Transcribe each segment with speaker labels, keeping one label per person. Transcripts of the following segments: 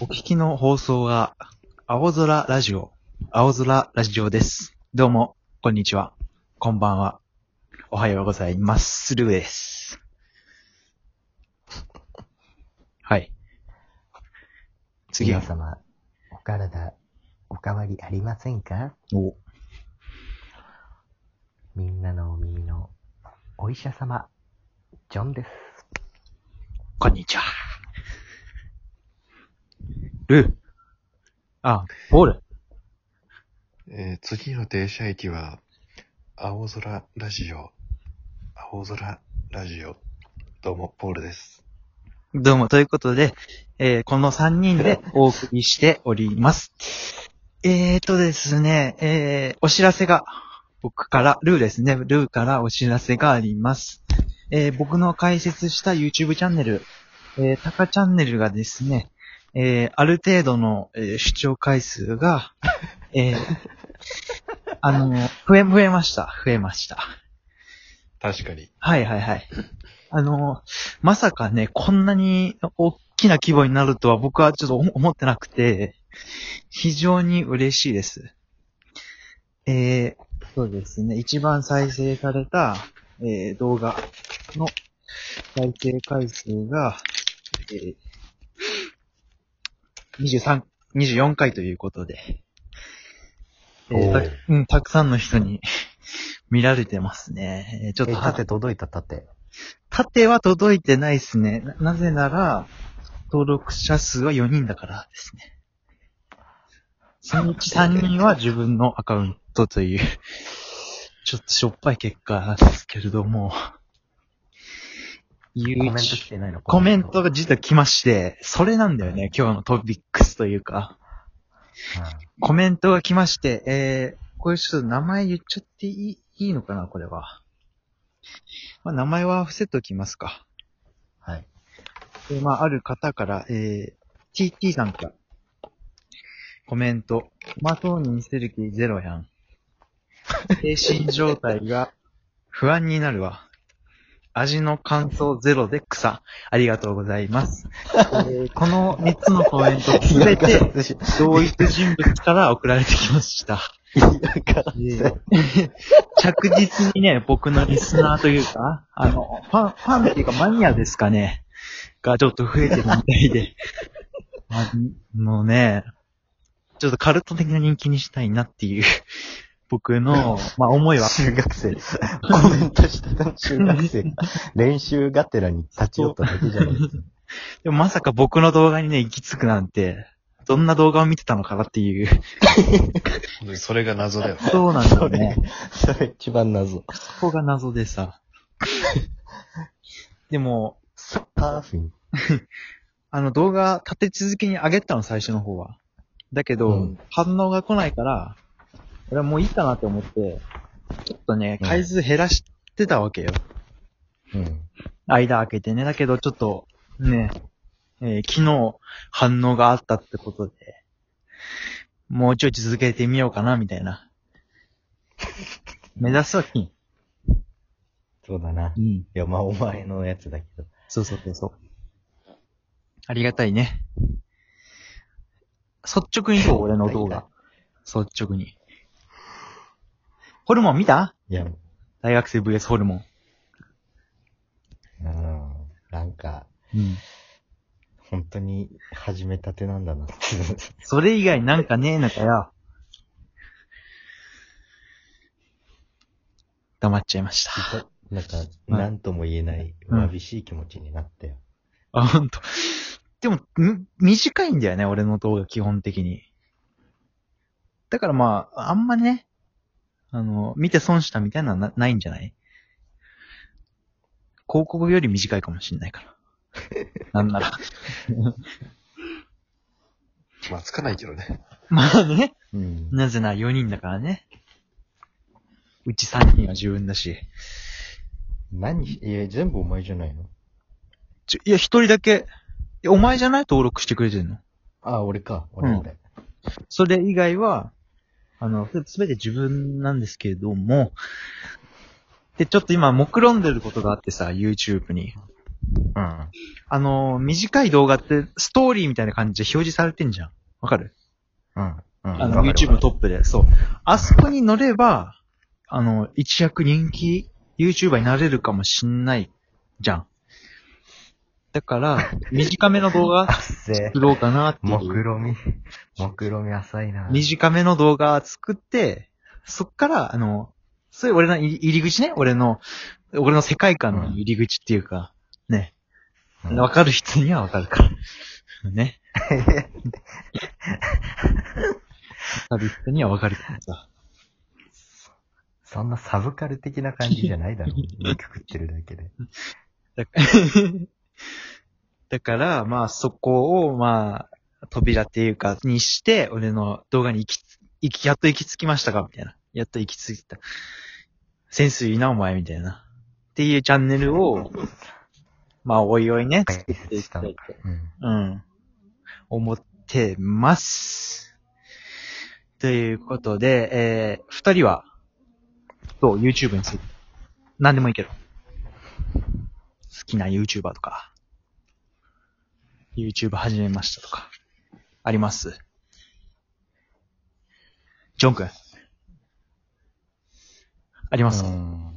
Speaker 1: お聞きの放送は、青空ラジオ、青空ラジオです。どうも、こんにちは。こんばんは。おはようございます。ルーです。はい。次は
Speaker 2: 皆、様、お体、おかわりありませんか
Speaker 1: お、
Speaker 2: みんなのお耳のお医者様、ジョンです。
Speaker 1: こんにちは。ルー。あ、ポール。
Speaker 3: えー次の停車駅は、青空ラジオ。青空ラジオ。どうも、ポールです。
Speaker 1: どうも、ということで、えーこの3人でお送りしております。えーとですね、えーお知らせが、僕から、ルーですね、ルーからお知らせがあります。えー僕の開設した YouTube チャンネル、えータカチャンネルがですね、えーある程度の、えー視聴回数が、えーあの、増え、増えました。増えました。
Speaker 3: 確かに。
Speaker 1: はいはいはい。あの、まさかね、こんなに大きな規模になるとは僕はちょっと思思ってなくて、非常に嬉しいです。えー、そうですね、一番再生された、えー動画の再生回数が、えー、23、24回ということで、えー
Speaker 3: お
Speaker 1: た
Speaker 3: ー
Speaker 1: うん、たくさんの人に見られてますね。えーちょっ
Speaker 2: え、
Speaker 1: と
Speaker 2: 盾届いた盾。
Speaker 1: 縦は届いてないですね。な、なぜなら、登録者数は4人だからですね。そのうち3人は自分のアカウントという、ちょっとしょっぱい結果なんですけれども、コ
Speaker 2: コメント来てないの
Speaker 1: コメントが実は来まして、それなんだよね、今日のトピックスというか、コメントが来まして、えー、これちょっと名前言っちゃっていいいいのかな、これは。まあ、名前は伏せときますか。
Speaker 2: うんはい。
Speaker 1: で、まあ、ある方から、えー、TT さんから、コメント。まそうに見せる気ゼロやん。精神状態が不安になるわ。味の感想ゼロで草。ありがとうございます。えーこの3つのコメント すべ て同一人物から送られてきま した。で着実にね、僕のリスナーというか、あの、ファン、ファンっていうかマニアですかね、がちょっと増えてるみたいで、あのね、ちょっとカルト的な人気にしたいなっていう、僕の、まあ、思いは、
Speaker 2: 中学生。コメントした中学 生。練習がてらに立ち寄っただけじゃないですか。
Speaker 1: でもまさか僕の動画にね、行き着くなんて、どんな動画を見てたのかなっていう、
Speaker 3: 本当にそれが謎だよ。
Speaker 1: そうなんだよね。
Speaker 2: それ一番謎。
Speaker 1: そこが謎で さ。でも、
Speaker 2: パーフィン。
Speaker 1: あの動画立て続けに上げてたの、最初の方は。だけど、
Speaker 2: うん
Speaker 1: 反応が来ないから、俺はもういいかなって思って、ちょっとね、
Speaker 2: うん
Speaker 1: 回数減らしてたわけよ。
Speaker 2: うん。
Speaker 1: 間開けてね。だけど、ちょっと、ね、えー昨日反応があったってことで、もうちょい続けてみようかな、みたい な。目指すは金。
Speaker 2: そうだな。い
Speaker 1: ん。
Speaker 2: や、まあ、お前のやつだけど。
Speaker 1: そうそうそうそう。ありがたいね。率直に どう俺の動画。率直に。ホルモン見た
Speaker 2: いや、
Speaker 1: 大学生 VS ホルモン。
Speaker 2: うん。なんか、
Speaker 1: うん。
Speaker 2: 本当に始めたてなんだなって。
Speaker 1: それ以外なんかねえのかよ。黙っちゃいました。
Speaker 2: なん か、なんとも言えない、
Speaker 1: うん
Speaker 2: わびしい気持ちになったよ。
Speaker 1: あ、ほんと。でも、み短いんだよね、俺の動画、基本的に。だからまあ、あんまね、あの、見て損したみたいなのはなないんじゃない広告より短いかもしんないから。 なんなら。
Speaker 3: まあ、つかないけどね。
Speaker 1: まあね。
Speaker 2: うん。
Speaker 1: なぜなら4人だからね。うち3人は自分だし。
Speaker 2: 何しいや、全部お前じゃないの
Speaker 1: ちょいや、1人だけ、いやお前じゃない登録してくれてるの
Speaker 2: あ、俺か。俺
Speaker 1: うん
Speaker 2: 俺。
Speaker 1: それ以外は、あの、すすべて自分なんですけれども、で、ちょっと今、目論んでることがあってさ、YouTube に。
Speaker 2: うん。
Speaker 1: あのー、短い動画ってストーリーみたいな感じで表示されてんじゃん。わかる
Speaker 2: うん。うん。
Speaker 1: あ
Speaker 2: わ
Speaker 1: の、
Speaker 2: かる
Speaker 1: YouTube のトップで。そう。あそこに乗れば、あの、一躍人気 YouTuber になれるかもしんないじゃん。だから、短めの動画
Speaker 2: せ
Speaker 1: 作ろうかなってい
Speaker 2: 目
Speaker 1: う。
Speaker 2: 論み、目論み浅いな。
Speaker 1: 短めの動画作って、そっから、あの、それ俺の入り入り口ね俺の、俺の世界観の入り口っていうか、ね。
Speaker 2: うん
Speaker 1: わかる人にはわかるから。 ね。わかる人にはわかるからさ。
Speaker 2: そんなサブカル的な感じじゃない だろ。肉食ってるだけで。
Speaker 1: だ だから、まあそこを、まあ、扉っていうか、にして、俺の動画に行きつ、行き、やっと行き着きましたかみたいな。やっと行き着いた。センスいいな、お前、みたいな。っていうチャンネルを、まあ、おいおいね、
Speaker 2: 解
Speaker 1: 作ってい
Speaker 2: 説
Speaker 1: き
Speaker 2: した
Speaker 1: た
Speaker 2: の
Speaker 1: い
Speaker 2: か。。うん。
Speaker 1: うん。思ってます。ということで、えー、二人は、どう ?YouTube について。何でもいいけど。好きな YouTuber とか、YouTube 始めましたとか、ありますジョン君。あります、
Speaker 2: うん。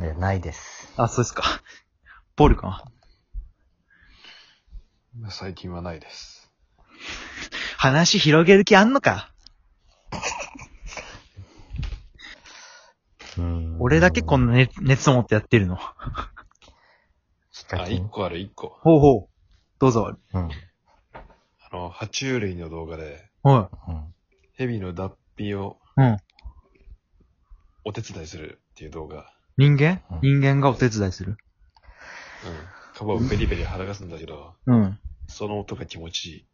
Speaker 2: いや、ないです。
Speaker 1: あ、そうですか。ポール君は
Speaker 3: まあ最近はないです。
Speaker 1: 話広げる気あんのか
Speaker 2: うん
Speaker 1: 俺だけこん
Speaker 2: な。
Speaker 1: な熱熱を持ってやってるの。
Speaker 2: ヒ
Speaker 3: あ、
Speaker 2: カキ
Speaker 3: 一
Speaker 2: ン
Speaker 3: 個ある、一個。
Speaker 1: ほうほう。どうぞ。
Speaker 2: うん。
Speaker 3: あの、爬虫類の動画で、
Speaker 1: は
Speaker 2: うん。
Speaker 3: 蛇の脱皮を
Speaker 1: い。うん。
Speaker 3: お手伝いするっていう動画。
Speaker 1: 人間
Speaker 2: うん
Speaker 1: 人間がお手伝いする。
Speaker 3: うん。皮をペリペリ剥がすんだけど、
Speaker 1: うん。
Speaker 3: その音が気持ちいい。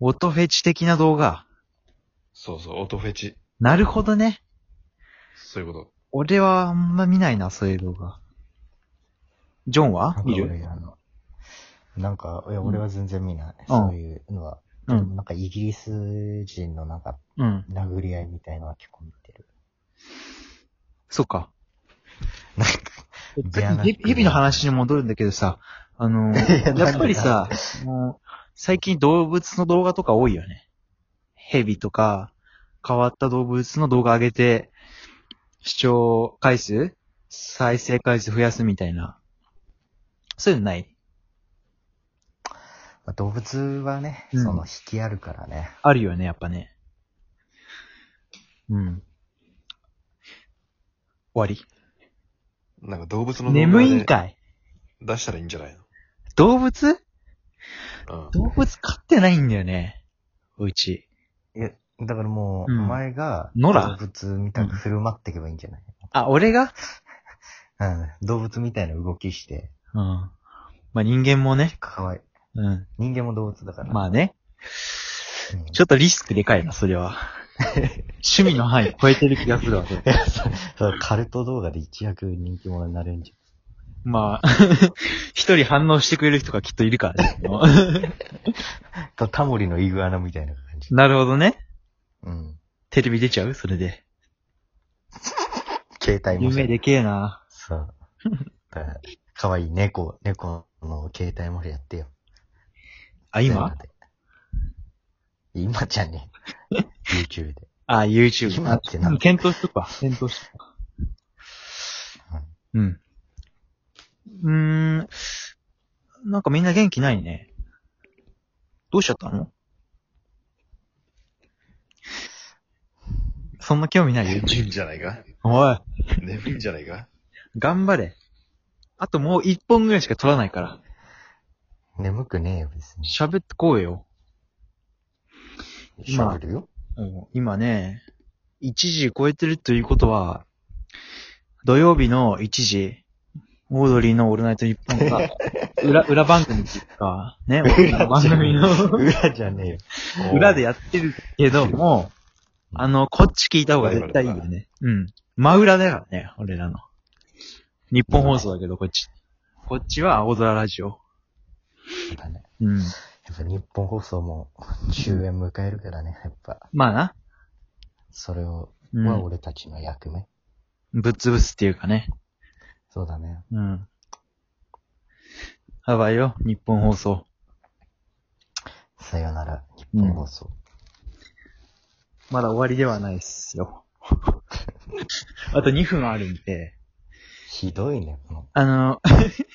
Speaker 1: 音フェチ的な動画。
Speaker 3: そうそう、音フェチ。
Speaker 1: なるほどね。
Speaker 3: そういうこ
Speaker 1: 俺はあんま見ないな、そういう動画。ジョンは見る
Speaker 2: なんか俺あのなんか、いや、俺は全然見ない。
Speaker 1: うん
Speaker 2: そういうのは。
Speaker 1: うん。
Speaker 2: なんか、イギリス人のなんか、
Speaker 1: うん。
Speaker 2: 殴り合いみたいのは結構見てる。
Speaker 1: そっか。
Speaker 2: なんか
Speaker 1: さっきヘビヘビの話に戻るんだけどさ、あ の、
Speaker 2: や
Speaker 1: やっぱりさ、あの最近動物の動画とか多いよね。ヘビとか、変わった動物の動画上げて、視聴回数再生回数増やすみたいな。そういうのない
Speaker 2: まあ動物はね、
Speaker 1: うん
Speaker 2: その引きあるからね。
Speaker 1: あるよね、やっぱね。うん。終わ
Speaker 3: と。なんか動物
Speaker 1: り。
Speaker 3: の動
Speaker 1: 眠
Speaker 3: 画
Speaker 1: いん
Speaker 3: で
Speaker 1: かい
Speaker 3: 出したらいいんじゃない
Speaker 1: 動物
Speaker 3: のうん。
Speaker 1: 動物飼ってないんだよね。おうち。
Speaker 2: いや、だからも
Speaker 1: う
Speaker 2: う、
Speaker 1: ん
Speaker 2: お前が、
Speaker 1: 野良
Speaker 2: 動物みたく振る舞っていけばいいんじゃない、
Speaker 1: あ、俺が
Speaker 2: うん、動物みたいな動きして、
Speaker 1: うん。まあ、人間もね。
Speaker 2: かわいい。
Speaker 1: うん。
Speaker 2: 人間も動物だから。
Speaker 1: まあね。
Speaker 2: うん
Speaker 1: ちょっとリスクでかいな、それは。 趣味の範囲超えてる気がするわ、それ
Speaker 2: いやそうそうカルト動画で一躍人気者になれるんじ
Speaker 1: まあ、 一人反応してくれる人がきっといるからね。
Speaker 2: ゃん。とタモリのイグアナみたいな感じ。
Speaker 1: なるほどね。
Speaker 2: うん。
Speaker 1: テレビ出ちゃうそれで。
Speaker 2: 携帯模
Speaker 1: 夢
Speaker 2: 写。
Speaker 1: でけえな。
Speaker 2: そう。だからかわいい猫、猫の携帯模写やってよ。
Speaker 1: あ、今
Speaker 2: 今じゃねえ。YouTube で。
Speaker 1: あ、YouTube。
Speaker 2: 今ってなんだ
Speaker 1: 検討しとくわ。検討しとくわ。うん。うーん。なんかみんな元気ないね。どうしちゃったのそんな興味ないよ
Speaker 3: 眠。いんじゃないか
Speaker 1: おい、
Speaker 3: 眠いんじゃないか
Speaker 1: 頑張れ。あともう一本ぐらいしか取らないから。
Speaker 2: 眠くねえよ、別に。
Speaker 1: 喋ってこうよ。今
Speaker 2: 喋るよ。
Speaker 1: うん今ね、1時超えてるということは、土曜日の1時、オードリーのオールナイト日本 が、裏、裏番組っていうか、 ね、番組 の
Speaker 2: 裏じゃねえ よ。
Speaker 1: 裏でやってるけども、あの、こっち聞いた方が絶対いいよね。うん。真裏だからね、俺らの。日本放送だけど、こっち。こっちは青空ラジオ。
Speaker 2: そうだね。
Speaker 1: うん。
Speaker 2: やっぱ日本放送も終焉迎えるからね、やっぱ。
Speaker 1: まあな。
Speaker 2: それを、
Speaker 1: うん
Speaker 2: は俺たちの役目。
Speaker 1: ぶっ潰すっていうかね。
Speaker 2: そうだね。
Speaker 1: うん。ハワイよ、日本放送。
Speaker 2: さよなら、日本放送。
Speaker 1: まだ終わりではないっすよ。 あと2分あるんで。
Speaker 2: ひどいね、この。
Speaker 1: あの、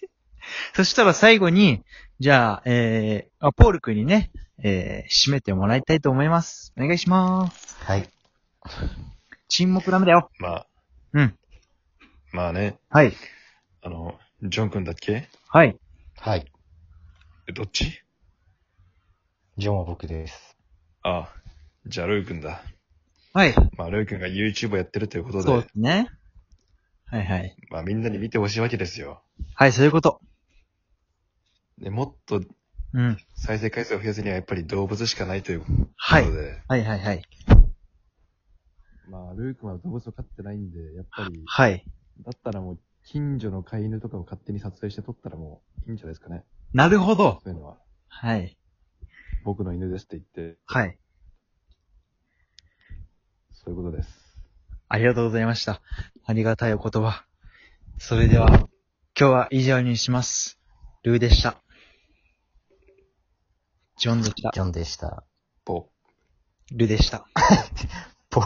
Speaker 1: そしたら最後に、じゃあ、えー、あポール君にね、えー、締めてもらいたいと思います。お願いします。
Speaker 2: はい。
Speaker 1: 沈黙ダメだよ。
Speaker 3: まあ、
Speaker 1: うん。
Speaker 3: まあね、
Speaker 1: はい。
Speaker 3: あの、ジョン君だっけ
Speaker 1: はい。
Speaker 2: はい。
Speaker 3: えどっち
Speaker 2: ジョンは僕です。
Speaker 3: ああ、じゃあ、ルー君だ。
Speaker 1: はい。
Speaker 3: まあ、ルー君が YouTube やってるということ
Speaker 1: そう
Speaker 3: で
Speaker 1: で、すね。はいはい。
Speaker 3: まあ、みんなに見てほしいわけですよ。
Speaker 1: はい、そういうこと。
Speaker 3: でもっと
Speaker 1: うん。
Speaker 3: 再生回数を増やすにはやっぱり動物しかないというこ
Speaker 1: はい
Speaker 3: と。で、
Speaker 1: はいはいはい。
Speaker 3: まあ、ルー君は動物を飼ってないんで、やっぱり、
Speaker 1: はい。
Speaker 3: だったらもう、近所の飼い犬とかを勝手に撮影して撮ったらもう、いいんじゃないですかね。
Speaker 1: なるほど。
Speaker 3: そういうのは、
Speaker 1: はい。
Speaker 3: 僕の犬ですって言って、
Speaker 1: はい。
Speaker 3: そういうことです。
Speaker 1: ありがとうございました。ありがたいお言葉。それでは、今日は以上にします。ルーでした。ジョンでした。
Speaker 2: ジョンでした。
Speaker 3: ぽ。
Speaker 1: ルーでした。
Speaker 2: ぽ。